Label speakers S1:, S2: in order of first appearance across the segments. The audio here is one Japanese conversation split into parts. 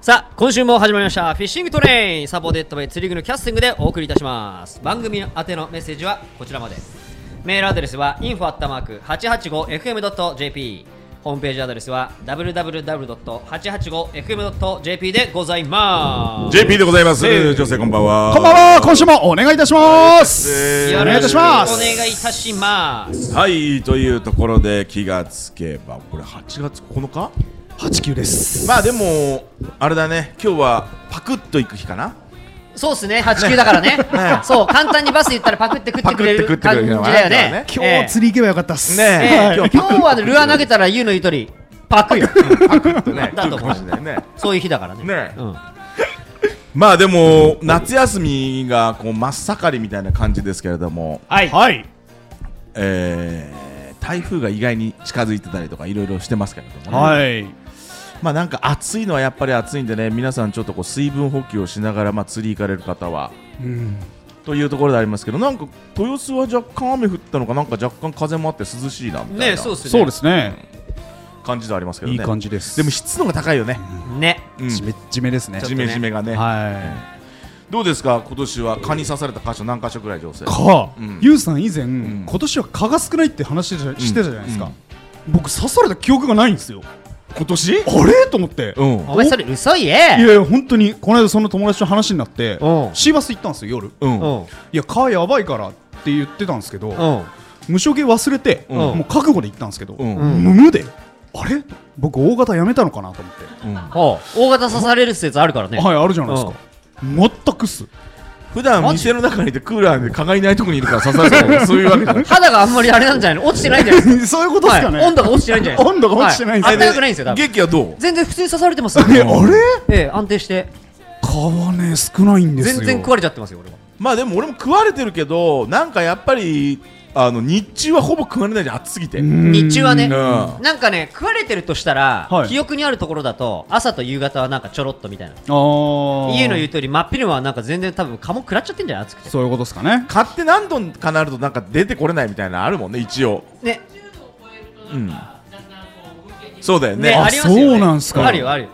S1: さあ今週も始まりましたフィッシングトレインサポーテッドバイ釣り具のキャスティングでお送りいたします番組宛てのメッセージはこちらまでメールアドレスは info.885fm.jp ホームページアドレスは www.885fm.jp でございます
S2: JP でございます。女性こんばんは。
S3: こんばんは、今週もお願いいたします。
S2: え
S1: よ
S2: ー
S1: ろ
S3: 願いいた
S1: し
S3: し
S1: くお
S3: ます
S1: 願いいたします
S2: はい、というところで気がつけば、これ8月9日
S3: 八九です。
S2: まあでも、あれだね、今日はパクッと行く日か な。
S1: そうっすね8級だ からね、そう簡単にバス行ったらパクって食ってくれ
S2: パク
S1: る
S2: って食って
S1: 感
S2: くれ
S1: じ
S2: る
S1: だよ
S2: だか
S1: ね
S2: らね
S3: 今日釣り行けばよかったっす。
S2: ねえ
S1: ええ
S2: はい
S1: 今
S2: 今
S1: 日
S2: 日
S1: はねルアー投げたらユウの言う通りパクよ
S2: パクッとね、
S1: だと思う
S2: 来るかもしれないね。
S1: そういう日だからね
S2: ね
S1: うん
S2: まあでも、夏休みがこう真っ盛りみたいな感じですけれども、
S1: はい
S3: はい。
S2: えー、台風が意外に近づいてたりとかいろいろしてますけれどもね、
S3: はい。
S2: まあなんか暑いのはやっぱり暑いんでね皆さんちょっとこう水分補給をしながらまあ釣り行かれる方は
S3: うん。
S2: というところでありますけどなんか豊洲は若干雨降ったのかなんか若干風もあって涼しいなみたい
S1: ね
S2: な
S1: そうっすね
S3: そうですね。
S2: 感じではありますけど
S3: い
S2: ね
S3: い感じです。
S2: でも湿度が高いよね、
S1: ね
S2: うん、
S3: じ
S2: ジ
S3: めじめですね。
S2: メジメがね、
S3: は
S2: どうですか今年は蚊に刺された箇所何箇所ぐらい女性
S3: い。か
S2: うん、
S3: ゆうさん以前、
S2: ん
S3: 今年は蚊が少ないって話してたじゃしてたじゃないです
S2: う
S3: か
S2: ん。
S3: 僕刺された記憶がないんですよ。
S2: 今年
S3: あれと思って。
S2: う
S3: い
S2: ん
S1: お前それ嘘言
S3: やい
S1: え
S3: や本当にこの間その友達と話になって
S1: うん
S3: シーバス行ったんですよ夜
S2: う
S1: うんん
S3: いや蚊やばいからって言ってたんですけど
S1: うん
S3: 無償系忘れて、
S2: うん
S3: もう覚悟で行ったんですけど、
S2: うん
S1: うん
S3: 無無であれ僕大型やめたのかなと思って、
S2: うん
S1: ほう大型刺される説あるからね
S3: はいあるじゃないですか、全くっす
S2: 普段店の中にいてクーラーで蚊がいないとこにいるから刺されたらそういうわけじゃない
S1: 肌があんまりあれなんじゃないの落ちてないんじゃないです
S3: そういう
S1: か
S3: ことですかね、
S1: はい温度が落ちてないんじゃないですか
S3: 温度が落ちてないんです
S1: は
S3: よ
S1: あったかくないんですよ多分
S2: 劇はどう
S1: 全然普通に刺されてますよ
S3: えあ
S1: え
S3: れ
S1: え安定して
S3: 蚊はね少ないんですよ
S1: 全然食われちゃってますよ俺は
S2: まあでも俺も食われてるけどなんかやっぱりあの日中はほぼ食われないじゃん暑すぎて
S3: う
S2: うん
S3: ん
S1: 日中はね
S2: うん
S1: なんかね食われてるとしたら
S3: はい
S1: 記憶にあるところだと朝と夕方はなんかちょろっとみたいな
S3: あー
S1: 家の言う通り真っ昼間はなんか全然多分蚊も食らっちゃってんじゃない暑くて
S3: そういうことですかね
S2: 買って何度かなるとなんか出てこれないみたいなのあるもんね一応
S1: ね
S2: うんそうだよね
S1: ね
S3: あ
S1: ありますよね
S3: そうなんすか
S1: あるよあるよ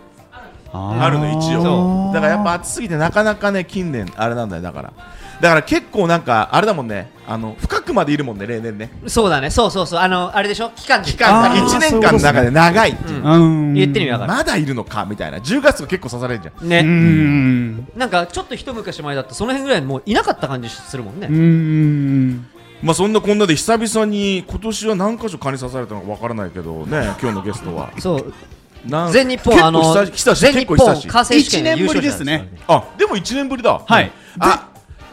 S3: あー
S2: あるの一
S3: そ
S2: 応
S3: う
S2: だからやっぱ暑すぎてなかなかね近年あれなんだよだからだから結構なんかあれだもんねあの深くまでいるもんね例年ね
S1: そうだねそうそうそうあのあれでしょ期間期
S3: あー
S2: 1年間の中で長いっていううん
S3: うん
S1: 言ってる意味わかる
S2: まだいるのかみたいな10月が結構刺されるじゃん
S3: う
S1: ね
S3: ん
S1: なんかちょっと一昔前だとその辺ぐらいもういなかった感じするもんね
S3: うん
S2: まあそんなこんなで久々に今年は何箇所蚊に刺されたのかわからないけど ね今日のゲストは
S1: そう
S2: なん
S1: 全日本
S2: 結構
S1: あの
S2: 久し来たし
S1: 全日
S2: 結構久
S1: 本
S2: し
S1: 火星試験優勝者
S3: 一年ぶりで
S2: あでも1年ぶりだ
S3: はい
S2: うんあ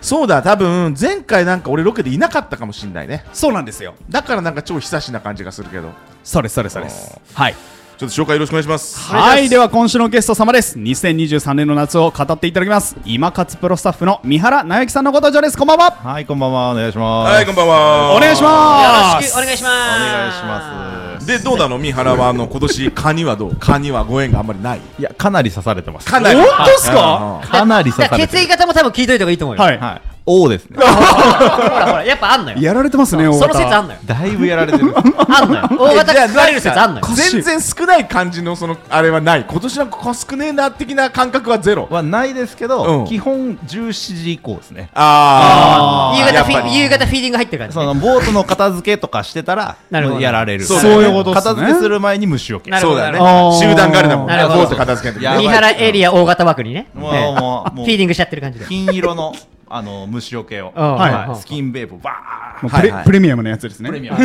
S2: そうだ多分前回なんか俺ロケでいなかったかもしんないね
S3: そうなんですよ
S2: だからなんか超久しな感じがするけど
S3: それそれそれですはい
S2: ちょっと紹介よろしくお願いします
S3: はい、では今週のゲスト様です。2023年の夏を語っていただきます。今勝プロスタッフの三原直之さんのご登場です。こんばんは。
S4: はい、こんばんは。お願いします。
S2: はいこんばんは
S3: お願いし
S1: よ
S3: ま
S1: ろし
S3: す。
S1: くお願いします
S4: お願いします。
S2: でどうなの三原はあの今年蚊にはどう蚊にはご縁があんまりない
S4: いや、かなり刺されてます。
S2: かなり
S3: 本当っすか？
S2: う
S4: かなり刺さ
S1: だか
S4: れ
S1: ら
S4: て
S1: 血液型も多分聞いといた方がいいと思うよ
S3: は
S4: る。
S3: い。
S4: はい。O ですね。
S1: ほらほらやっぱあんのよ
S3: やられてますね。
S1: その説あん
S3: の。
S1: のよ
S4: だいぶやられてる。
S1: あんのよ大型食われる説あんのよ
S2: じゃなんか全然少ない感じのそのあれはない今年なんか蚊少ねえな的な感覚はゼロ
S4: はないですけ
S2: う
S4: ど、
S2: ん
S4: 基本17時以降ですね。
S2: あ
S1: 夕方フ
S2: やっぱ
S1: ィ
S2: り
S1: 夕方フィーディング入ってる
S4: そ
S1: 感
S4: のボートの片付けとかしてたら
S1: なるほど
S4: やられる。
S2: そう
S3: そういうことっすね
S4: 片付けする前に虫除け。
S1: なるほど
S2: そうだよね
S3: あー
S2: 集団狩りだもんね
S1: なるほど
S2: ボート片付けの時
S1: じ
S4: やば
S1: 三
S4: い
S1: 原エリア大型枠にね
S4: も
S1: え
S4: う
S1: え
S4: もうも
S1: フィーディ
S4: う
S1: ングしちゃってる感じで
S4: 金色のあの虫除けを
S1: うん
S3: はい
S1: うん
S4: スキンベープをバー
S3: もう
S4: ッ
S3: プ
S2: は
S3: レ
S2: いはい
S3: プレミアムのやつですね。
S4: プレミアム。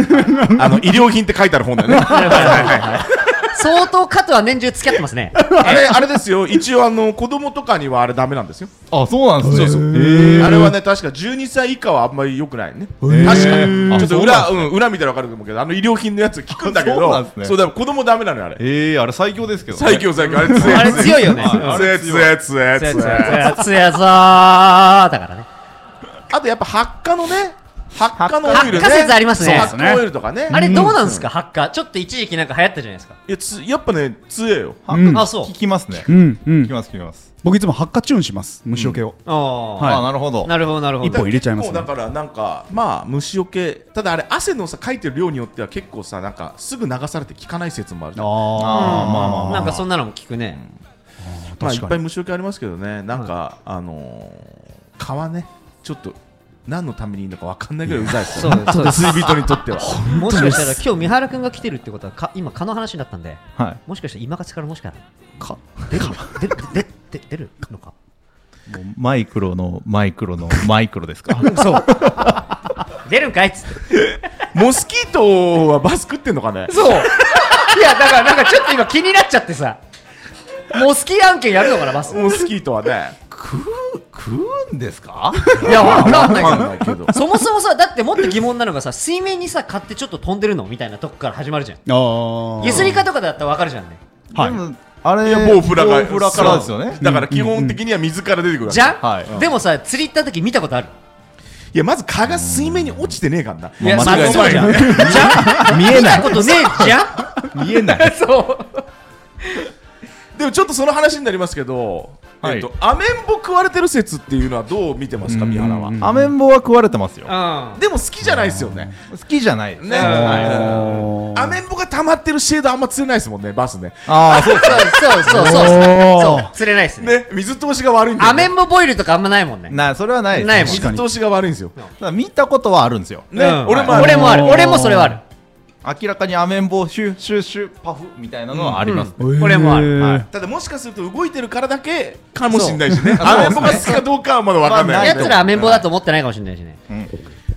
S2: あの医療品って書いてある本だよね
S1: 相当カトは年中付き合ってますね
S2: あれあれですよ一応あの子供とかにはあれダメなんですよ
S4: あ、そうなんですね。そうそう。
S2: あれはね確か12歳以下はあんまり良くないね
S3: ー
S2: 確か
S4: あ
S2: ちょっと
S4: そう
S2: 裏
S4: な
S2: うん裏見たら分かると思うけどあの医療品のやつ聞くんだけ
S4: あそうなん
S2: ど
S4: ですね
S2: そうだから子供ダメなのよあれ
S4: ええ、あれ最強ですけどね。
S2: 最強最強あれ強い
S1: あれ強いよね
S2: あれ強い強い
S1: つやつ
S2: 強い
S1: やつやざーだからね
S2: あとやっぱ発火のね発火のオイルね
S1: 発火説ありますね
S2: そう発火オイルとかね
S1: あれどうなんすかハッカーちょっと一時期なんか流行ったじゃないですか
S2: いやつやっぱね強えよ
S3: うん
S1: あそう
S4: 聞きますね。
S3: う
S4: 聞
S3: んうん
S4: き。ます、聞きます。
S3: 僕いつも発火チューンします。虫除けを。
S1: あ
S4: あ、なるほど
S1: あ。なるほどなるほ
S3: 一本
S1: ど
S3: 入れちゃいますね
S2: 結構だからなんかまあ虫除けただあれ汗のさかいてる量によっては結構さなんかすぐ流されて効かない説もあるじゃん
S3: あ
S4: あーまあまあまあ
S1: なんかそんなのも聞くね
S2: まあ、い
S3: 確
S2: っ
S3: か
S2: ぱい
S3: に。
S2: 無償化ありますけどね、なんか、あのー、川ね、ちょっと何のためにいいのかわかんないぐらいうざいです
S1: そ
S2: よね、
S1: うそう です
S2: 釣り人にとっては。
S1: もしかしたら今日三原君が来てるってことはか今蚊の話になったんで
S3: はい。
S1: もしかしたら今勝からもしか
S3: か
S1: 出る出る出る出る出るのか
S5: もうマイクロのマイクロのマイクロですか
S3: そう。
S1: 出るんかいっつって
S2: モスキートはバス食ってんのかね
S1: そういやだからなんかちょっと今気になっちゃってさモスキー案件やるのかなバス
S2: モスキートはね、
S5: 食うんですか
S1: いやわかんない
S2: わかんないけど。
S1: そもそもさだってもっと疑問なのがさ水面にさ買ってちょっと飛んでるのみたいなとこから始まるじゃん
S3: ああ。
S1: ゆすりかとかだったらわかるじゃんね
S3: はい
S4: でもあれ
S2: いや、ボウフラが
S4: ボウフラからですよね
S2: そうだから基本的には水から出てくるわけ
S1: じゃん、
S4: はい
S1: でもさ釣り行った時見たことある
S2: いや、まず蚊が水面に落ちてねえからな。
S1: いや
S2: まあ
S1: まあそうじゃんじゃん
S3: 見え
S1: 見
S3: な
S1: た
S3: い。
S1: ことねえじゃ
S5: 見えない
S1: ん そう
S2: でもちょっとその話になりますけど、
S5: はい
S2: えっと、アメンボ食われてる説っていうのはどう見てますか、三原は。
S5: アメンボは食われてますよ
S1: う、
S2: でも好きじゃないですよね。
S5: 好きじゃないです
S2: ね。はいアメンボが溜まってるシェードあんま釣れないですもんね、バスね。
S5: ああそうん
S1: そうそうそうそう
S3: おー
S1: そう釣れないっすね
S2: ね、水通しが悪いんだ
S1: ア
S2: よね
S1: メンボボイルとかあんまないもんね
S5: なそれはないです
S1: ないもん
S2: 水通しが悪いんですよ。
S5: ただ見たことはあるんですよ
S2: ね、
S1: うん
S2: 俺もあ
S1: 俺もある
S3: あのー
S1: 俺もそれはある
S5: 明らかにアメンボシュシュシュパフみたいなのはあります、
S1: うんこれもある
S3: へー
S5: はい
S2: ただもしかすると動いてるからだけかもしんないしね。アメンボが好きかどうかはまだわかん
S5: ま
S2: な
S5: あ
S2: い。
S5: ない
S1: やつらアメンボだと思ってないかもしれないしね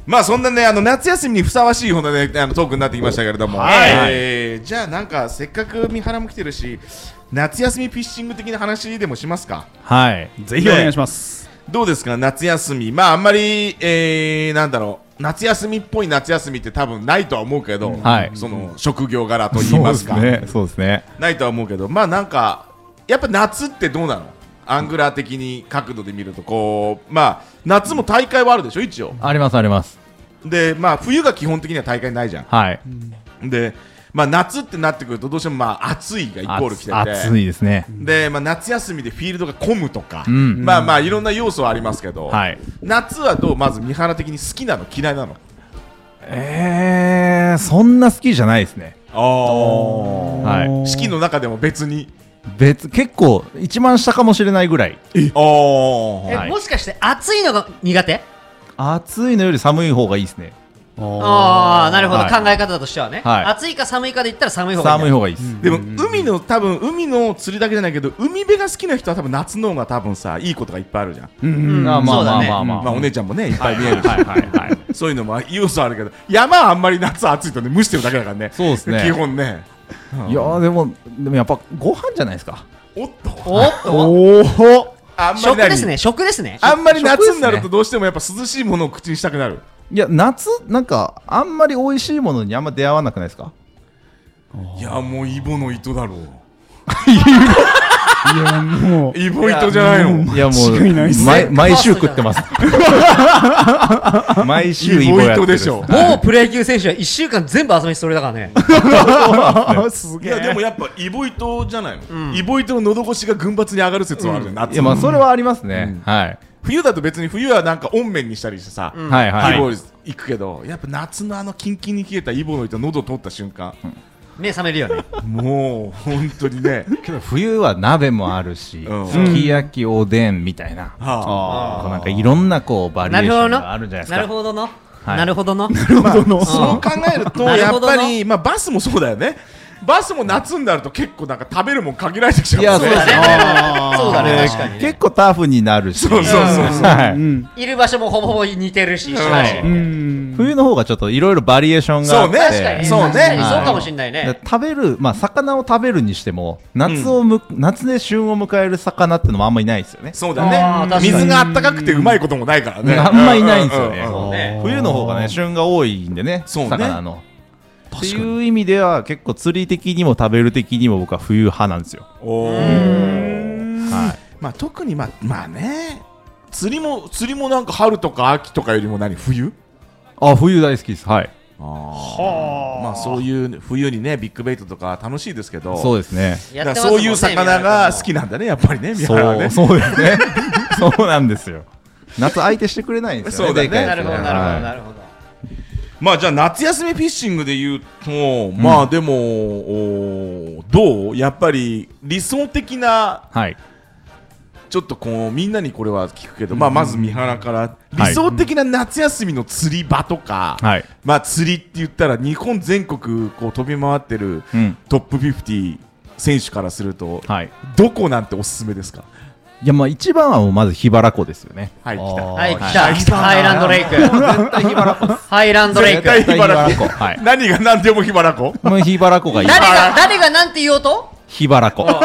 S2: まあそんなね、あの夏休みにふさわしいほどね、あのトークになってきましたけれども、
S1: はい
S2: えーじゃあなんかせっかく三原も来てるし、夏休みフィッシング的な話でもしますか。
S3: はい。ぜひお願いします。
S2: どうですか、夏休み、まああんまり、えー、なんだろう、夏休みっぽい夏休みって多分ないとは思うけど、
S5: はい
S2: その職業柄と言いますか、
S5: ねそうですね
S2: ないとは思うけど、まあなんか、やっぱ夏ってどうなのアングラー的に角度で見ると、こう、まあ、夏も大会はあるでしょ、一応。
S5: ありますあります
S2: で、まあ、冬が基本的には大会ないじゃん。
S5: はい
S2: で、まあ、夏ってなってくるとどうしてもまあ暑いがイコール来てて
S5: 暑いですね
S2: で、まあ、夏休みでフィールドが混むとか、
S5: ん
S2: まあまあいろんな要素はありますけど、
S5: はい
S2: 夏はどうまず三原的に好きなの嫌いなの
S5: えー、そんな好きじゃないですね
S2: あ
S5: はい
S2: 四季の中でも別に
S5: 別結構一番下かもしれないぐらい
S2: あ
S1: え
S5: はい
S1: もしかして暑いのが苦手
S5: 暑いのより寒い方がいいですね
S1: ああなるほど、
S5: はい
S1: 考え方としてはね、
S5: はい
S1: 暑いか寒いかで言ったら寒い方がいいんだ
S5: 寒い方がいいです、
S2: でも海の多分海の釣りだけじゃないけど海辺が好きな人は多分夏の方が多分さいいことがいっぱいあるじゃん、
S1: うん
S5: あま
S1: そ
S5: あ
S1: う
S5: ま
S1: だ
S5: あ
S1: ね
S5: まあまあ、
S2: まあお姉ちゃんもねいっぱい見えるし、
S5: はいはいはい
S2: そういうのも要素あるけど山はあんまり夏暑いとね蒸してるだけだからね
S5: そうですね
S2: 基本ね
S5: いやーでもでもやっぱご飯じゃないですか
S2: おっと
S1: おっと
S3: おお。
S2: あんまり
S1: 食
S2: 何
S1: ですね食ですね
S2: あんまり夏
S5: 食ですね
S2: になるとどうしてもやっぱ涼しいものを口にしたくなる
S5: いや夏なんかあんまり美味しいものにあんま出会わなくないですか
S2: いやもうイボの糸だろう
S3: いや、もう。
S2: イボ糸じゃないの
S5: いやもう
S3: 間違いないっすね
S5: 毎毎週食ってます 毎週イボやってる
S2: イボ糸でしょ
S1: もうプロ野球選手は1週間全部朝飯それだからね
S3: あ、す
S2: い
S3: げ
S2: やで
S3: え。
S2: もやっぱイボ糸じゃないの、イボ糸の喉越しが群抜に上がる説はあるじゃん、
S5: い
S2: 夏
S5: やまあそれはありますね、はい
S2: 冬だと別に冬はなんか温麺にしたりしてさ、
S5: はいはい
S2: イボ行くけどやっぱ夏のあのキンキンに冷えたイボの糸喉通った瞬間、
S1: 目覚めるよね
S2: もう本当に ね
S5: けど冬は鍋もあるし、
S2: うん
S5: すき焼きおでんみたいな、
S2: はあ
S5: こうなんかいろんなこうバリ
S1: な
S5: エーシ
S1: るほ
S5: ョ
S1: ど
S5: ン
S1: の
S5: があるんじゃないです
S1: な
S5: か
S1: るほどの、
S5: い
S1: なるほどの
S2: まあ
S1: う
S2: そうん考える と
S1: なる
S2: や
S1: ほ
S2: っ
S1: どな
S2: ぱり、まあ、バスもそうだよねバスも夏になると結構なんか食べるもん限られてきちゃう
S5: いや
S2: もん
S5: そうですね
S1: あーそうだね確かにね
S5: 結構タフになるし
S2: そうそうそうそう
S5: はい
S3: うん。
S1: いる場所もほぼほぼ似てるし、
S2: はいう
S1: 確
S3: ん。
S5: 冬の方がちょっといろいろバリエーションがあっ
S2: そ
S5: て
S2: うね
S1: かに
S2: そうね
S1: 確かに
S5: はい
S1: そうかもしんないね、
S5: 食べる、まあ、魚を食べるにしても夏をむ、夏で旬を迎える魚ってのもあんまりないですよね
S2: そう
S1: あ
S2: だ
S1: ー確
S2: ね
S1: かに
S2: 水があったかくてうまいこともないからね
S5: あんまりないんですよ
S2: う
S5: ね
S2: ううう
S1: そうね
S5: 冬の方がね旬が多いんでね
S2: そうね
S5: 魚のっていう意味では結構釣り的にも食べる的にも僕は冬派なんですよ
S2: おー
S5: は
S2: まあ特にまあまあね釣りも釣りもなんか春とか秋とかよりも何冬
S5: あ冬大好きですはい
S2: まあそういう冬にねビッグベイトとか楽しいですけど
S5: そうですね
S1: やっ
S2: だ
S1: て
S2: か
S1: ますもん
S2: らそう
S1: ね
S2: いう魚が好きなんだねやっぱりね三原はね
S5: そうそうですね そうなんですよ夏相手してくれないんですよね
S2: そうだね
S5: でかい
S1: な
S5: やつ
S1: るほどなるほどなるほど、
S2: まあじゃあ夏休みフィッシングで言うと、まあでもおーどうやっぱり理想的な
S5: はい、はい
S2: ちょっとこうみんなにこれは聞くけど、まあ、まず三原から
S3: はい
S2: 理想的な夏休みの釣り場とか、
S3: はい
S2: まあ、釣りって言ったら日本全国こう飛び回ってる
S5: うん
S2: トップ50選手からすると、
S3: はい
S2: どこなんておすすめですか
S5: いやまあ一番はもうまず桧原湖ですよね
S2: はい
S4: あ
S2: 来た
S4: ー
S1: はい、来た。ハイランドレイク。ハイランドレイ
S2: 絶
S1: ク。
S2: 対桧原
S5: 絶対桧
S2: 湖、
S5: 原湖はい
S2: 何が何でも桧原 湖
S5: もう桧原湖がいい
S1: 誰が、誰がなんて言おうと
S5: 桧原湖は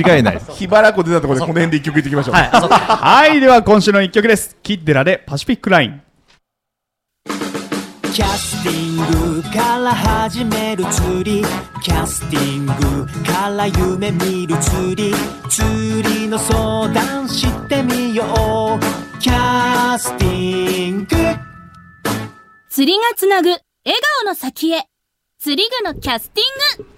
S5: い 間違いないです
S2: 桧原湖出たところでこの辺で一曲いってきましょう、
S1: はい、あ、そうか。
S3: はいでは今週の一曲ですキッデラでパシフィックライン
S6: キャスティングから始める釣りキャスティングから夢見る釣り釣りの相談してみようキャスティング
S7: 釣りがつなぐ笑顔の先へ釣り具のキャスティング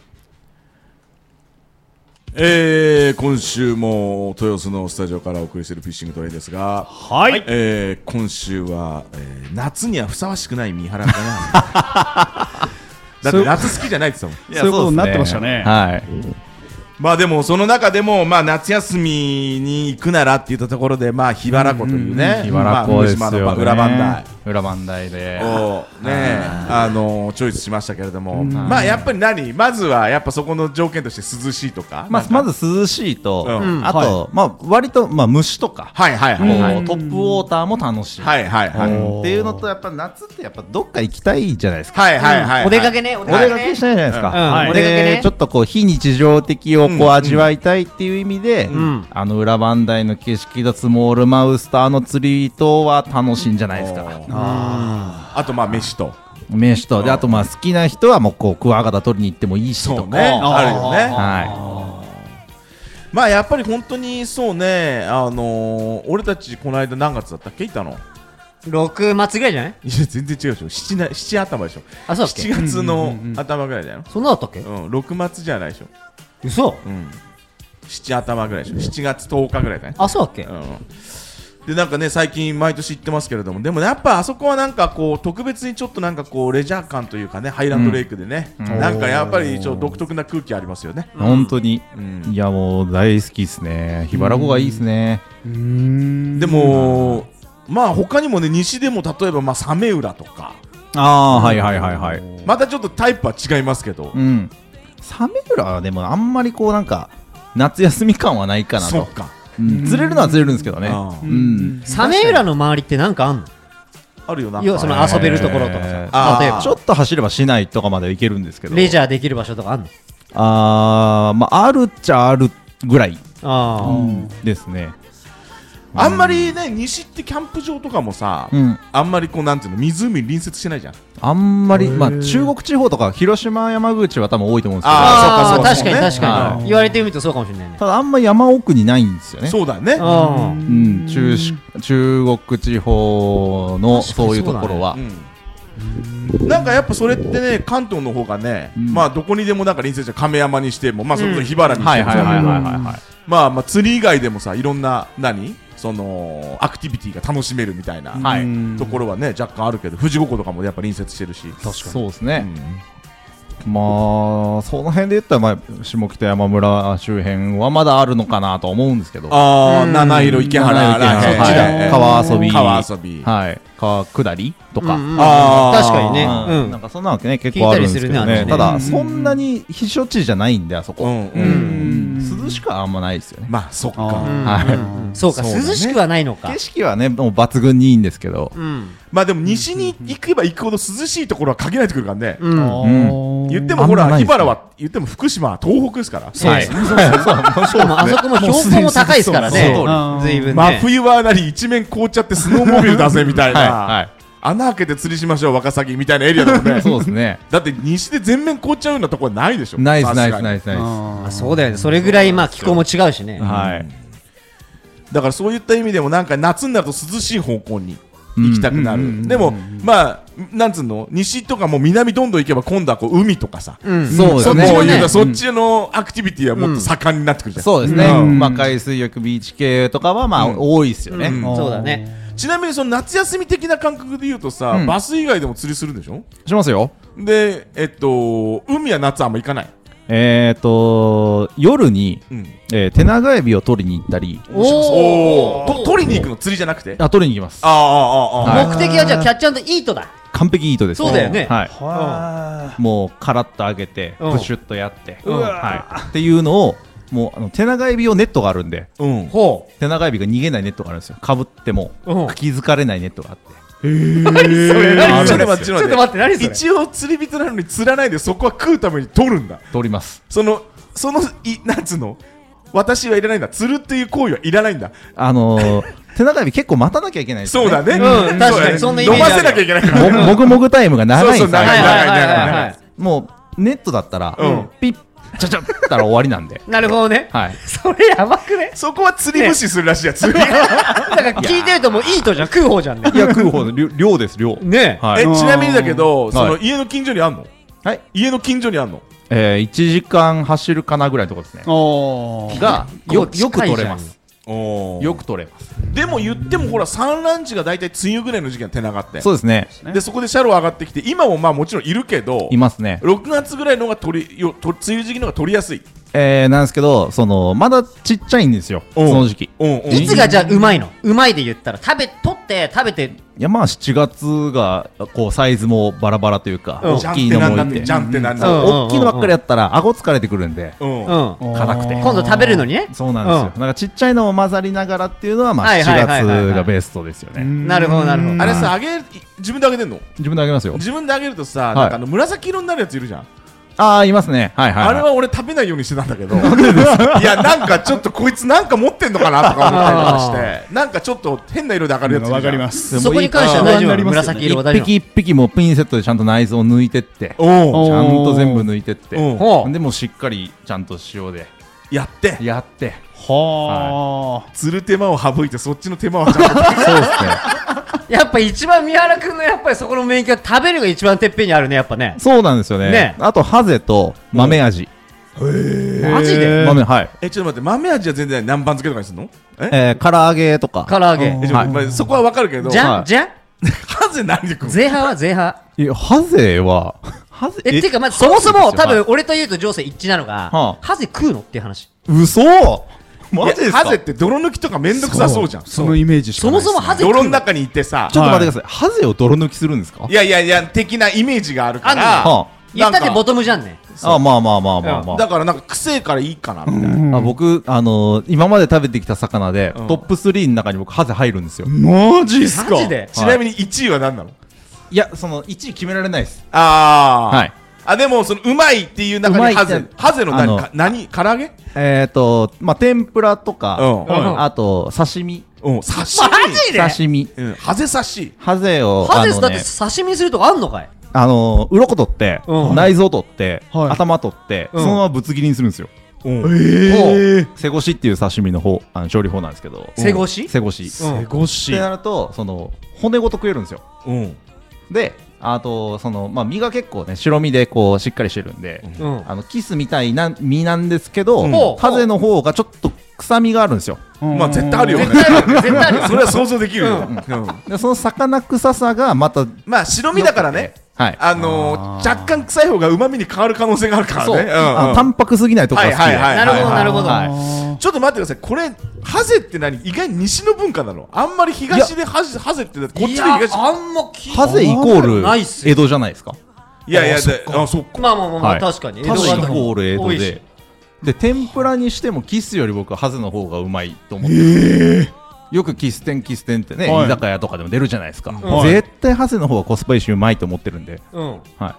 S2: えー、今週も豊洲のスタジオからお送りしているフィッシングトレインですが、
S3: はい、
S2: えー、今週は、えー、夏にはふさわしくない三原 かなだって夏好きじゃないって言ってたもん
S5: い
S3: そういうことになってましたね
S5: はい
S2: まあでもその中でも、まあ、夏休みに行くならって言ったところで、まあ、桧原湖というね
S5: 桧原湖ですよね、
S2: まあ、福島の裏番台
S5: 裏番台で
S2: をねあのチョイスしましたけれども、まあやっぱり何まずはやっぱそこの条件として涼しいとか
S5: ま
S2: な
S5: あ
S2: ん、か
S5: まず涼しいと、
S2: うん
S5: あと、まあ、割と、まあ、虫とか、
S2: はいはいは
S5: こ
S2: いうはい
S5: トップウォーターも楽しい、
S2: はいはいはい
S5: うんっていうのとやっぱ夏ってやっぱどっか行きたいじゃないですか、
S2: はいはいはい
S1: お出かけね、お出
S5: お出
S1: か
S5: か
S1: け
S5: け
S1: ね
S5: し。たいじゃないですか、
S1: うん
S3: はい
S1: お出かけね
S5: でちょっとこう非日常的を
S2: うん
S5: こう味わいたいっていう意味で、
S1: ん
S5: あの裏番台の景色だスモールマウスターの釣りとは楽しいんじゃないですか
S2: あーあとまあ飯と
S5: 名刺とであとまあ好きな人はもうこうクワガタ取りに行ってもいいしとか、
S2: あるよね
S5: は
S2: まあやっぱり本当にそうねあのー俺たちこの間何月だったっけいたのいや
S1: 6末ぐらいじゃない
S2: 全然違うでしょ七な七頭でしょ
S1: あ、そうだっ
S2: 7
S1: け
S2: 月の頭ぐらいだよ
S1: そんなだったっけ
S2: うん6月じゃないでしょ
S1: 嘘
S2: うん7頭ぐらいでしょ7月10日ぐらいだね
S1: あ、そうだっけ
S2: うんでなんかね最近毎年行ってますけれどもでもやっぱあそこはなんかこう特別にちょっとなんかこうレジャー感というかねハイランドレイクでね、なんかやっぱりちょっと独特な空気ありますよね
S5: い、本当に、
S2: ん
S5: いやもう大好きですね桧原湖がいいですね、
S2: でもまあ他にもね西でも例えばまあサメ浦とか
S5: ああーはいはいはいはい
S2: またちょっとタイプは違いますけど、
S5: うんサメ浦はでもあんまりこうなんか夏休み感はないかな
S2: そ
S5: と
S2: っ、か、
S5: うん釣れるのは釣れるんですけどね
S2: あー
S5: うん
S1: サメ浦の周りってなんかあんの
S2: あるよなん
S1: 要は
S2: か
S1: その遊べるところとか
S5: えー
S1: さ。例え
S2: あ
S1: ば
S2: ー
S5: ちょっと走れば市内とかまで行けるんですけど
S1: レジ
S5: ャー
S1: ャーできる場所とかあんの
S5: あーまああるっちゃあるぐらい
S1: ああ、
S5: ですね
S2: あんまりね西ってキャンプ場とかもさ、
S5: うん
S2: あんまりこうなんていうの湖に隣接してないじゃん
S5: あんまりまあ中国地方とか広島山口は多分多いと思うんですけ
S2: あー
S5: ど
S2: そうか
S1: 確
S2: そう
S1: か
S2: か
S1: に
S2: そうね
S1: 確かに、
S5: は
S1: 言われてみるとそうかもしれないね
S5: ただあんま山奥にないんですよね
S2: そうだね
S1: あー
S5: うん中し中国地方の
S1: 確かに
S5: そういうところは
S2: うんなんかやっぱそれってね関東の方がね、
S5: ん
S2: まあどこにでもなんか隣接して亀山にしてもまあそれこそ桧原にし
S5: は
S2: て
S5: い
S2: も
S5: はいはいはい
S2: さ
S5: はいはい
S2: まあまあ釣り以外でもさいろんな何そのアクティビティが楽しめるみたいな、
S5: はい
S2: ところはね若干あるけど富士五湖とかもやっぱ隣接してるし
S5: そうですね、まあその辺で言ったら、まあ、下北山村周辺はまだあるのかなと思うんですけど
S2: ああ七色池原
S5: 七色池原
S2: らへん
S5: そっちだ
S2: はい
S5: 川遊び
S2: 川遊び
S5: はい川下りとか、
S1: うんうん
S2: あー
S1: 確かにね、
S5: まあ
S1: うん
S5: なんかそんなわけね結構あるんですけどね
S1: 聞いたりするね
S5: た
S1: あ
S5: だそんなに避暑地じゃないんであそこ、
S2: うんう
S1: うんん
S5: 涼しくはあんまないですよね、
S2: まあそっ
S3: あ
S2: か
S3: ー
S5: は
S1: そうか
S2: そうだね
S1: 涼しくはないのか
S5: 景色はねもう抜群にいいんですけど、
S1: うん
S2: まあでも西に行けば行くほど涼しいところは限られてくるからね
S1: うん
S5: うん
S2: 言ってもほら
S5: あんまな
S2: 桧
S5: いですね
S2: 原は言っても福島は東北ですから
S1: そうですね しかもあそこも標高も高いですからね
S3: そうそう
S1: 随分
S2: 真
S1: ね
S2: 冬はなり一面凍っちゃってスノーモービルだぜみたい
S5: は
S2: ない穴開けて釣りしましょうワカサギみたいなエリアだもん
S5: は
S2: ね
S5: いそうですね
S2: だって西で全面凍っちゃうようなとこはないでしょ
S5: ナイス
S2: さすが
S5: ナ
S2: に
S5: イスナイスナイス
S1: あそうだよねそれぐらいまあ気候も違うしね
S5: はい
S2: だからそういった意味でもなんか夏になると涼しい方向に行きたくな
S5: うんうんうんう
S2: る
S5: ん
S2: でもまあなんつうの西とかもう南どんどん行けば今度はこう海とかさ
S1: うん
S5: そうで
S2: そっ
S5: す
S2: ち
S5: ね
S2: も
S1: ね
S2: 言うとそっちのアクティビティはもっと盛んになってくるじゃん
S5: そうですね、
S2: うん
S5: まあ、海水浴ビーチ系とかはまあ、
S2: うん
S5: 多いですよね、
S1: うんそうだね
S2: ちなみにその夏休み的な感覚で言うとさ
S5: うん
S2: バス以外でも釣りするんでしょ
S5: しますよ
S2: でえっと海は夏あんま行かない
S5: えっ、と夜に、
S2: うん
S5: えー手長エビを取りに行ったり
S2: おおと取りに行くの釣りじゃなくてあ
S5: あ取りに行きます
S2: あああああ
S1: 目的はじゃあキャッチャーイートだ
S5: 完璧いいとです
S1: そうだよね
S5: はい、
S4: は
S5: もうカラッと揚げて
S1: うん
S5: プシュッとやって、
S1: うん
S5: はい、っていうのをもうあの手長エビをネットがあるんで
S2: うん
S1: ほ
S5: 手長エビが逃げないネットがあるんですよかぶっても
S1: うん
S5: 気づかれないネットがあって
S1: う何それ何
S2: ち
S1: そ
S2: ょっと
S1: れ
S2: 待ってち
S1: ち
S2: ょ
S1: ょっ
S2: っ
S1: と
S2: と
S1: 待って何
S2: 待って
S1: それ
S2: 一応釣り人なのに釣らないでそこは食うために取るんだ
S5: 取ります
S2: そのそのいなんつうの私はいらないんだ釣るっていう行為はいらないんだ
S5: あのー 手長エビ結構待たなきゃいけないんです
S2: そ
S5: よ
S2: う
S5: ね
S2: だね
S1: うん確かに
S2: うだね
S1: そんなイメージある
S2: 飲ませなきゃいけないから
S5: ももぐもぐタイムが長
S2: そう
S5: い
S2: そ
S5: んで
S2: う
S5: すよ
S2: 長い長い長
S1: は
S2: い
S1: いはいはい
S2: 長
S1: はいい
S5: もうネットだったら、
S2: うん
S5: ピッちゃちゃったら終わりなんで
S1: なるほどね
S5: はい
S1: それやばくね
S2: そこは釣り無視するらしいや釣り
S1: だから聞いてるともうイートじゃん食う方じゃんね
S5: いや食う方の量量です量
S1: ね
S5: は
S2: え
S5: い、
S2: ちなみにだけどその
S5: は
S2: 家の近所にあんの
S5: はい
S2: 家の近所にあんの
S5: えー、1時間走るかなぐらいのところですね
S3: おー
S5: がよ
S1: 結構
S5: よく
S1: 近いじゃん
S5: 取れますよく取れます
S2: でも言ってもほら産卵地が大体梅雨ぐらいの時期が手長って
S5: そうですね
S2: でそこでシャロ上がってきて今もまあもちろんいるけど
S5: いますね
S2: 6月ぐらいのが取りよと梅雨時期のが取りやすい
S5: えー、なんですけどそのまだちっちゃいんですよそ
S2: うん
S5: の時期
S2: うんうん
S1: いつがじゃあうまいのうまいで言ったら食べ取って食べて
S5: いやまあ7月がこうサイズもバラバラというか、
S1: うん
S5: 大
S2: ジャンっ
S5: きい
S2: て
S5: の
S2: なんだ
S5: も
S2: っ
S5: い
S2: て
S5: て
S2: ジャンってなん
S1: う
S2: だ
S1: ん
S5: 大きいのばっかりやったら顎疲れてくるんで
S2: うん
S1: うん
S5: 硬くて
S1: 今度食べるのにね
S5: そうなんですよ、なんかちっちゃいのも混ざりながらっていうのはまあ
S1: はい
S5: 7
S1: はいはいはいはい
S5: 月がベストですよね、
S1: なるほどなるほど
S2: あれさあげる自分であげてんの
S5: 自分であげますよ
S2: 自分であげるとさ
S5: い
S2: なんかあの紫色になるやついるじゃん
S5: ああいますねはいはい、
S2: あれ は俺食べないようにしてたんだけどいやなんかちょっとこいつなんか持ってんのかなとか思ったりとかしてなんかちょっと変な色で上がるやついるじゃん
S3: わかります
S1: そこに関しては大丈夫なの紫色は
S5: 一
S1: 大丈夫
S5: 匹一匹もピンセットでちゃんと内臓を抜いてってち
S2: おう
S5: ゃんと全部抜いてって
S2: おう
S1: ほう
S5: でもうしっかりちゃんと塩で
S2: やって
S5: やって
S3: はあ
S2: 釣る手間を省いてそっちの手間はちゃんと
S5: そうですね
S1: やっぱ一番三原君のやっぱりそこの免疫は食べるが一番てっぺんにあるねやっぱね
S5: そうなんですよね
S1: ね
S5: あとハゼと豆味、
S1: マジで
S5: 豆はい
S2: えちょっと待って豆味は全然南蛮漬けとかにするのえ
S5: えー、唐揚げとか
S1: 唐揚げ
S2: えちょまあそこはわかるけど
S1: じゃ
S5: は
S1: ん
S5: い
S1: じゃん
S2: ハゼ何で食うの
S1: 前半は前半
S5: いやハゼは ハゼ
S1: えっていうかまずそもそも多
S5: は
S1: 分俺と言うと情勢一致なのが
S5: はあ
S1: ハゼ食うのっていう話
S5: 嘘マジ
S2: い
S5: で
S2: や
S5: すか
S2: ハゼって泥抜きとかめんどくさそうじゃん
S3: そのイメージしか
S1: そ
S3: ない
S1: も
S3: です
S1: そもハゼ食う
S2: 泥の
S1: の
S2: 中にいてさ
S5: ちょっと待ってください、ハゼを泥抜きするんですか
S2: いやいやいや的なイメージがあるか
S1: あ
S2: ら
S1: ん
S5: は
S1: 言ったって
S2: なんか
S1: ボトムじゃんね
S5: あ、あまあまあまあまあまあ、
S2: だからなんか癖からいいかなみたいな
S5: あ僕、あのー今まで食べてきた魚で、
S2: うん
S5: トップ3の中に僕ハゼ入るんですよ、
S3: マジっすか
S1: マジで
S2: ちなみに1位は何なの
S5: いやその1位決められないです
S2: ああ
S5: はい
S2: あでもそのうまいっていう中にハ
S5: うまい
S2: ゼ
S5: って
S2: ハゼの
S5: あ
S2: 何
S5: の
S2: か何唐揚げ
S5: えっ、ー、とまあ天ぷらとか、
S2: うん
S1: うん
S5: あと刺身
S2: うん刺
S1: マジで
S5: 刺身
S2: 身うんハゼ刺し
S5: ハゼを
S1: ハゼ
S5: あ
S1: だ
S5: の
S1: って
S5: ね
S1: 刺身にするとこあんのかい
S5: あのー鱗取って、
S1: うん
S5: 内臓取って、
S3: はい
S5: 頭取って、
S1: うん
S5: そのままぶつ切りにするんですよ
S2: うん
S1: え
S5: 背腰っていう刺身の方あの調理法なんですけど
S1: 背腰
S5: 背腰っ
S1: うん
S3: エゴシ
S5: てなるとその骨ごと食えるんですよ
S2: うん
S5: であとその、まあ、身が結構ね白身でこうしっかりしてるんで、
S1: うん
S5: あのキスみたいな身なんですけど、
S2: うん
S5: ハゼの方がちょっと臭みがあるんですよ
S2: まあ絶対あるよね
S1: 絶対あるよ絶対 あるよ
S2: それは想像できるようん
S5: でその魚臭さがまた
S2: まあ白身だからね
S5: はい
S2: あのー若干臭い方がうまみに変わる可能性があるからね
S5: そう、
S2: ん
S5: あの
S2: ん
S5: タンパクすぎないとこが好きで、
S2: はいはいはい
S1: なるほどなるほど
S5: はい
S2: ちょっと待ってください、これ、ハゼって何意外に西の文化なのあんまり東でハゼハゼって、こっちで
S1: いや
S2: 東。
S1: あんま聞い
S5: ハゼイコ
S1: ないっ
S5: ー
S1: す
S5: ル江戸じゃないですか
S2: いやいや、であ、そっか。
S1: まあまあまあま
S5: は
S1: あ
S5: い
S1: 確かに
S5: ハゼイコール江
S1: 多
S5: 戸
S1: いし
S5: でで天ぷらにしてもキスより僕はハゼの方がうまいと思ってる、よくキス店キス店ってね、
S3: はい
S5: 居酒屋とかでも出るじゃないですか、
S1: はい
S5: 絶対ハゼの方がコスパいいしうまいと思ってるんで、
S1: うん
S5: はい、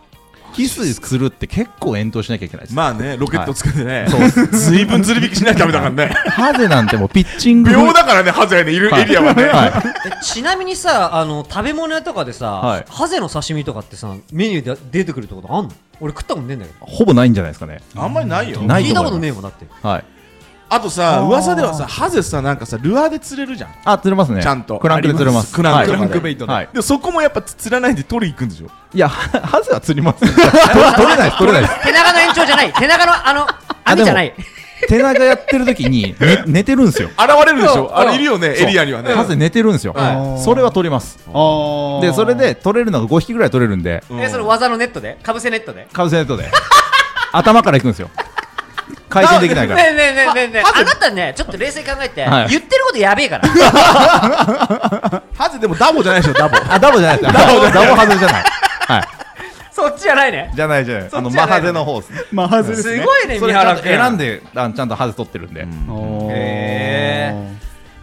S5: キスするって結構遠投しなきゃいけないです、
S2: まあね、ロケットつけてね、
S5: そうっす
S2: ずいぶんずり引きしないとダメだから ね。
S5: ハゼなんてもうピッチング
S2: 秒だからね、ハゼがね、いるエリアはね。
S5: はい
S1: えちなみにさあの食べ物屋とかでさ、
S5: はい
S1: ハゼの刺身とかってさメニューで出てくるってことあんの俺食ったことねえんだけど
S5: ほぼないんじゃないですかね
S2: あんまりないよ。
S5: ない
S1: 聞い
S5: と
S1: た
S5: 思
S1: こと
S5: います
S1: ねえもんだって
S5: はい
S2: あとさ、噂ではさ、ハゼさ、なんかさ、ルアーで釣れるじゃん。
S5: あ釣れますね
S2: ちゃんと
S5: クランクで釣れます
S2: クランク
S5: はい
S2: クランクベイト
S5: で、はい、
S2: で、そこもやっぱ釣らないで取り行くんでしょ。
S5: いやハハゼは釣ります取れ取れないです取れないです
S1: 手長の延長じゃない手長のあの網じゃない
S5: 手長やってる時に、ね、寝てるんですよ
S2: 現れるでし
S1: う
S2: ょ。
S1: ん
S2: あれ、いるよね、エリアにはね。
S5: ハゼ寝てるんですよ、
S1: は
S5: それは取ります
S3: あー
S5: でそれで取れるのが5匹ぐらい取れるんで
S2: うん
S1: えその技のネットでかぶせネットで
S5: カブセネットで頭からいくんですよ回転できないか
S1: ね
S5: ら。
S1: えねえねえねえねえ
S2: ままず
S1: あなたねちょっと冷静に考えて、
S5: はい
S1: 言ってることやべえから
S2: ハゼでもダボじゃないでしょ、ダボ。
S5: あ、ダボじゃないです。ダボ、ダボハズレじゃない。はい。
S1: そっちじゃないね
S5: じゃないじゃない。
S1: そ
S5: あ
S1: っ
S5: の、
S1: ちじゃ
S5: マ
S1: ない
S5: ハゼの方ですね。
S3: まあ、外れです
S1: す
S3: ね。
S1: ごいね
S5: そ
S1: 三
S5: れちゃん
S1: 原
S5: と
S1: 君
S5: 選んで、あちゃんとハゼ取ってるんで。
S3: おー
S1: へ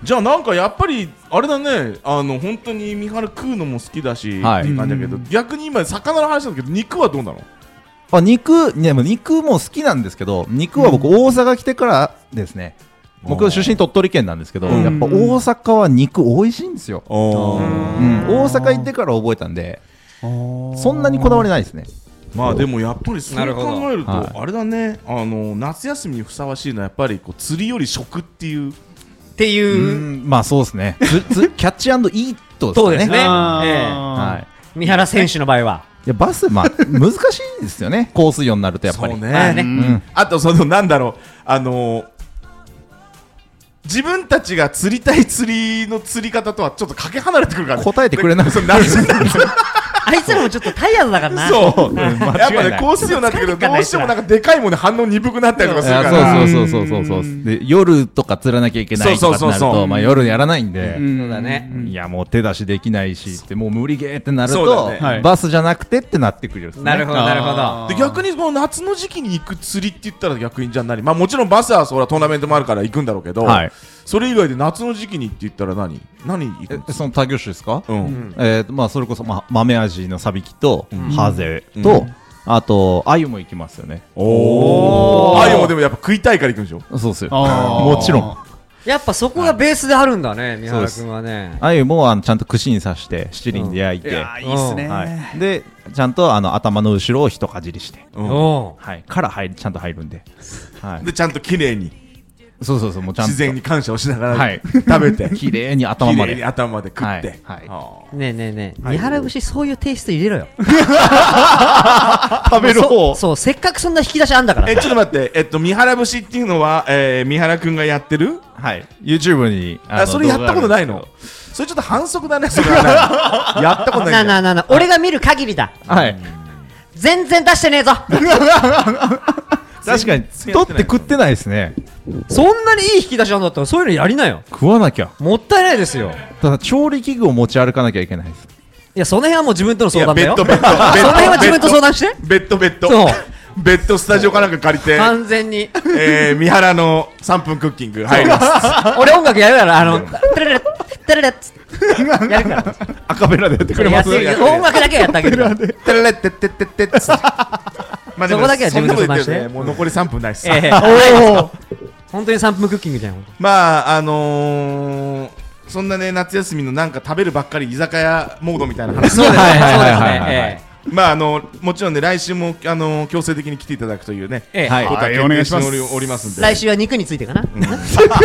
S2: じゃあなんかやっぱりあれだねあの本当に三原食うのも好きだし、
S5: はい
S2: っていう感じだけど逆に今魚の話なんだけど肉はどうなの
S5: あ肉、ね、でも肉も好きなんですけど、肉は僕、大阪来てからですね、僕、出身鳥取県なんですけど、
S2: うん
S5: やっぱ大阪は肉、美味しいんですよ、
S2: あ
S5: うん、大阪行ってから覚えたんで、そんなにこだわりないですね。
S2: まあでもやっぱりそ
S1: な
S2: う
S1: る
S2: 考
S1: ほど
S2: える
S5: は、
S2: とあれだねあの夏休みにふさわしいのはやっぱりこう釣りより食っていう
S1: っていううん
S5: まあそうですね、つ つキャッチイートです
S1: そう
S5: か
S1: です
S5: ね。
S1: ね
S3: あー
S1: え
S5: はい、い
S1: 三原選手の場合は
S5: やバス、まあ、難しいです よね、高水温になるとやっぱり。
S2: そう
S1: まあね
S2: ね
S5: うん
S2: あとそのなんだろうあの自分たちが釣りたい釣りの釣り方とはちょっとかけ離れてくるからね
S5: 答えてくれない
S2: でそう夏になる
S1: あいつらもちょっとタイヤードだからな
S2: そう、
S5: 間違いない
S2: やっぱね、こうするようになってくると、どうしてもなんかでかいもので反応鈍くなったりとかするから。
S5: あそうそうそうそうそうで夜とか釣らなきゃいけないとかってなる
S2: そうそうそうそ
S5: と
S2: う
S5: まあ夜やらないんで、
S1: そうだね
S5: いやもう手出しできないしってもう無理ゲーってなる
S2: そう
S5: と、
S2: だね
S3: はい
S5: バスじゃなくてってなってくるんですね
S1: なるほどなるほど
S2: で逆にこの夏の時期に行く釣りって言ったら逆にじゃあ何まあもちろんバスはそらトーナメントもあるから行くんだろうけど、
S5: はい
S2: それ以外で夏の時期にって言ったら何何行く
S5: えその他業種ですか、
S2: うん、
S5: えーとまあ、それこそ、まあ、豆味のサビキと、ハゼと、
S2: うん
S5: あとアユも行きますよね
S2: おおあゆもでもやっぱ食いたいから行くんでしょ
S5: そうっすよ
S3: あー
S5: もちろん
S1: やっぱそこがベースであるんだね三原君はね
S5: アユもあのちゃんと串に刺して七輪で焼いて、
S3: あーいいっすね。
S5: はい、でちゃんとあの頭の後ろを一かじりして、
S2: うん
S1: お
S5: はい、から入りちゃんと入るんで、はい、
S2: でちゃんと綺麗に
S5: そうそうそう、もうちゃんと
S2: 自然に感謝をしなが
S5: は
S2: ら
S5: い
S2: 食べて、
S5: 綺麗に頭
S2: 綺
S5: ま
S2: 麗に
S5: で。
S2: 頭まで食って、
S5: はいはい
S2: あ
S1: うねえねえねえ三原節そういうテイスト入れろよ
S3: 食べる方。
S1: そうせっかくそんな引き出しあんだか
S2: ーえ
S1: ら
S2: ちょっと待ってえっと三原節っていうのは、えー、三原くんがやってる
S5: はい。YouTube に。
S2: あそれやったことないのそれちょっと反則だねそれは ねやったことな
S1: ないあ
S2: ん
S1: な
S2: だ
S1: あなあなあ俺が見る限りだ
S5: はい。
S1: 全然出してねえぞ
S5: 確かに、取って食ってないですね。
S1: そんなにいい引き出しあんだったらそういうのやりなよ
S5: 食わなきゃ。
S1: もったいないですよ
S5: ただ、調理器具を持ち歩かなきゃいけないです。
S1: いやその辺はもう自分との
S2: い
S1: 相
S2: や
S1: 談だ
S2: ベ
S1: よそ
S2: ッド
S1: の
S2: ベッドベッド
S1: 辺は自分と相談して
S2: ベッドベッド
S1: そう
S2: ベッドスタジオかなんか借りて、
S1: 完全に
S2: えー、三原の3分クッキング入ります
S1: 俺音楽やるからあのテ レレテレレッやるから
S5: アカペラでやってくれ
S1: や
S5: ま
S1: っ
S5: す。
S1: てるけど音楽だけはやったけど
S2: テレレッテッテッテッテッツまあでも
S1: そこだけは自分で
S2: そんなこと言って
S1: 相談して
S2: ねもう残り3分ないっす、
S1: ええはい本当に3分クッキングじゃん
S2: まああのー、そんなね夏休みのなんか食べるばっかり居酒屋モードみたいな話
S1: そうですね
S5: はいはいはい
S1: そう
S5: は
S1: で
S5: い
S1: す
S5: はい
S1: ね
S2: まああのもちろんね来週もあの強制的に来ていただくというね
S1: ええええ
S5: はい
S2: ことは
S3: はいお願い
S2: 決定
S3: します
S2: しておりますんで
S1: 来週は肉についてかな 違う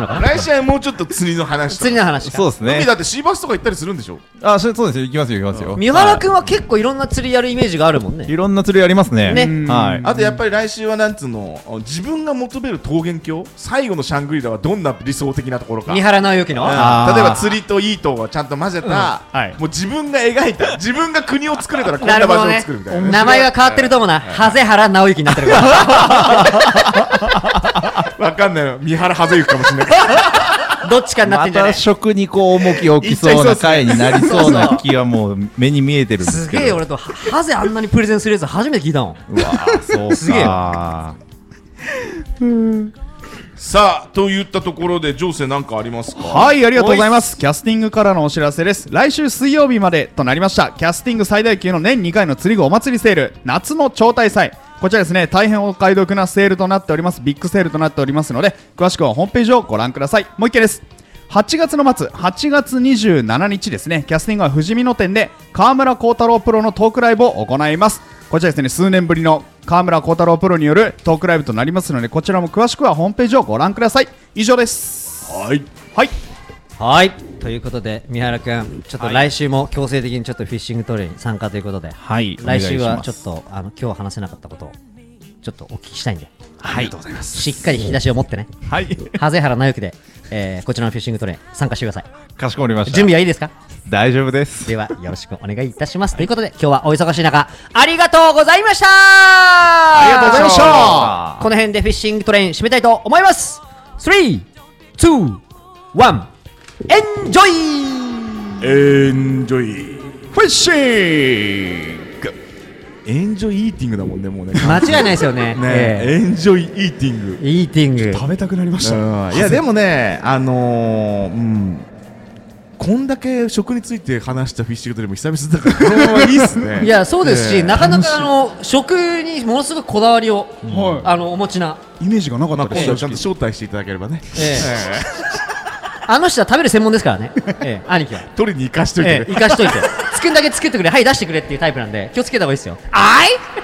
S1: のかな
S2: 来週はもうちょっと釣りの話と
S1: 釣
S2: か
S1: りの話か
S5: そうです
S2: 海
S5: ね
S2: だ。ってシーバスとか行ったりするんでしょ
S5: あ、それそうですよ。行きますよ、行きますよ。
S1: 三原
S5: は
S1: 君は結構いろんな釣りやるイメージがあるもん
S5: い
S1: ね
S5: いろんな釣りありますね。
S1: ね
S5: はい。
S2: あとやっぱり来週はなんつうの自分が求める桃源郷最後のシャングリラはどんな理想的なところか
S1: 三原直之の
S2: うん
S5: ー
S2: 例えば釣りとイートをちゃんと混ぜた、
S3: うんはい
S2: もう自分が描いた自分が国を作れたらこん
S1: な
S2: な
S1: るほど
S2: 場所を
S1: ね
S2: 作るみたいなね
S1: 名前が変わってると思うな長谷原直之になってるから
S2: わかんないの三原ハゼ行くかもしれな いから
S1: どっちかになって
S5: ま
S1: んじゃな
S5: た
S1: い
S5: 食にこう重きを置きそうな回になりそうな気はもう目に見えてるんですすけど。
S1: げえ俺とハゼあんなにプレゼンするやつ初めて聞いたもん
S5: うわーそうか。
S1: すげえ
S2: さあといったところで情勢なんかありますか
S3: はい、ありがとうございます。キャスティングからのお知らせです。来週水曜日までとなりました、キャスティング最大級の年2回の釣り具お祭りセール、夏の超大祭。こちらですね、大変お買い得なセールとなっております。ビッグセールとなっておりますので、詳しくはホームページをご覧ください。もう一回です。8月の末、8月27日ですね、キャスティングは富士見野店で、河村光太郎プロのトークライブを行います。こちらですね、数年ぶりの河村光太郎プロによるトークライブとなりますので、こちらも詳しくはホームページをご覧ください。以上です。
S2: はい
S3: はい。
S1: はいということで三原君ちょっと来週も強制的にちょっとフィッシングトレイに参加ということで
S5: はい。
S1: 来週はちょ
S5: と
S1: っとあの今日は話せなかったことをちょっとお聞きしたいんで、
S3: ありがとうございます。
S1: しっかり引き出しを持ってね、
S3: はい。
S1: ハゼ原直之で、えーこちらのフィッシングトレイン参加してください。
S5: かしこまりました
S1: 準備はいいですか
S5: 大丈夫です
S1: ではよろしくお願いいたします。ということで、今日はお忙しい中、ありがとうございましたあ
S3: りがとうございました
S1: この辺でフィッシングトレイン締めたいと思います。3、2、1、エンジョイ
S2: エンジョイ
S3: フィッシング
S2: エンジョイイーティングだもんねもうね
S1: 間違いないですよね。
S2: ね
S1: え
S2: エンジョイイーティング
S1: えイーティング。
S3: 食べたくなりました。
S2: うんいやでもね、あのーうん、こんだけ食について話したフィッシングトレイも久々だから、このままいいっす ね
S1: いやそうですし、
S2: ええ
S1: なかなかあの食にものすごくこだわりを、
S3: はい
S1: あのお持ちな、
S3: イメージがなかっ
S2: ま
S3: た
S2: あ、
S3: です
S2: 今度ちゃんと招待していただければね、
S1: ええあの人は食べる専門ですからね、ええ兄貴は。
S2: 取りに行かしといて
S1: え
S2: ね、
S1: え、生かしといて、つくんだけ作ってくれ、はい、出してくれっていうタイプなんで、気をつけた方がいいですよ。あい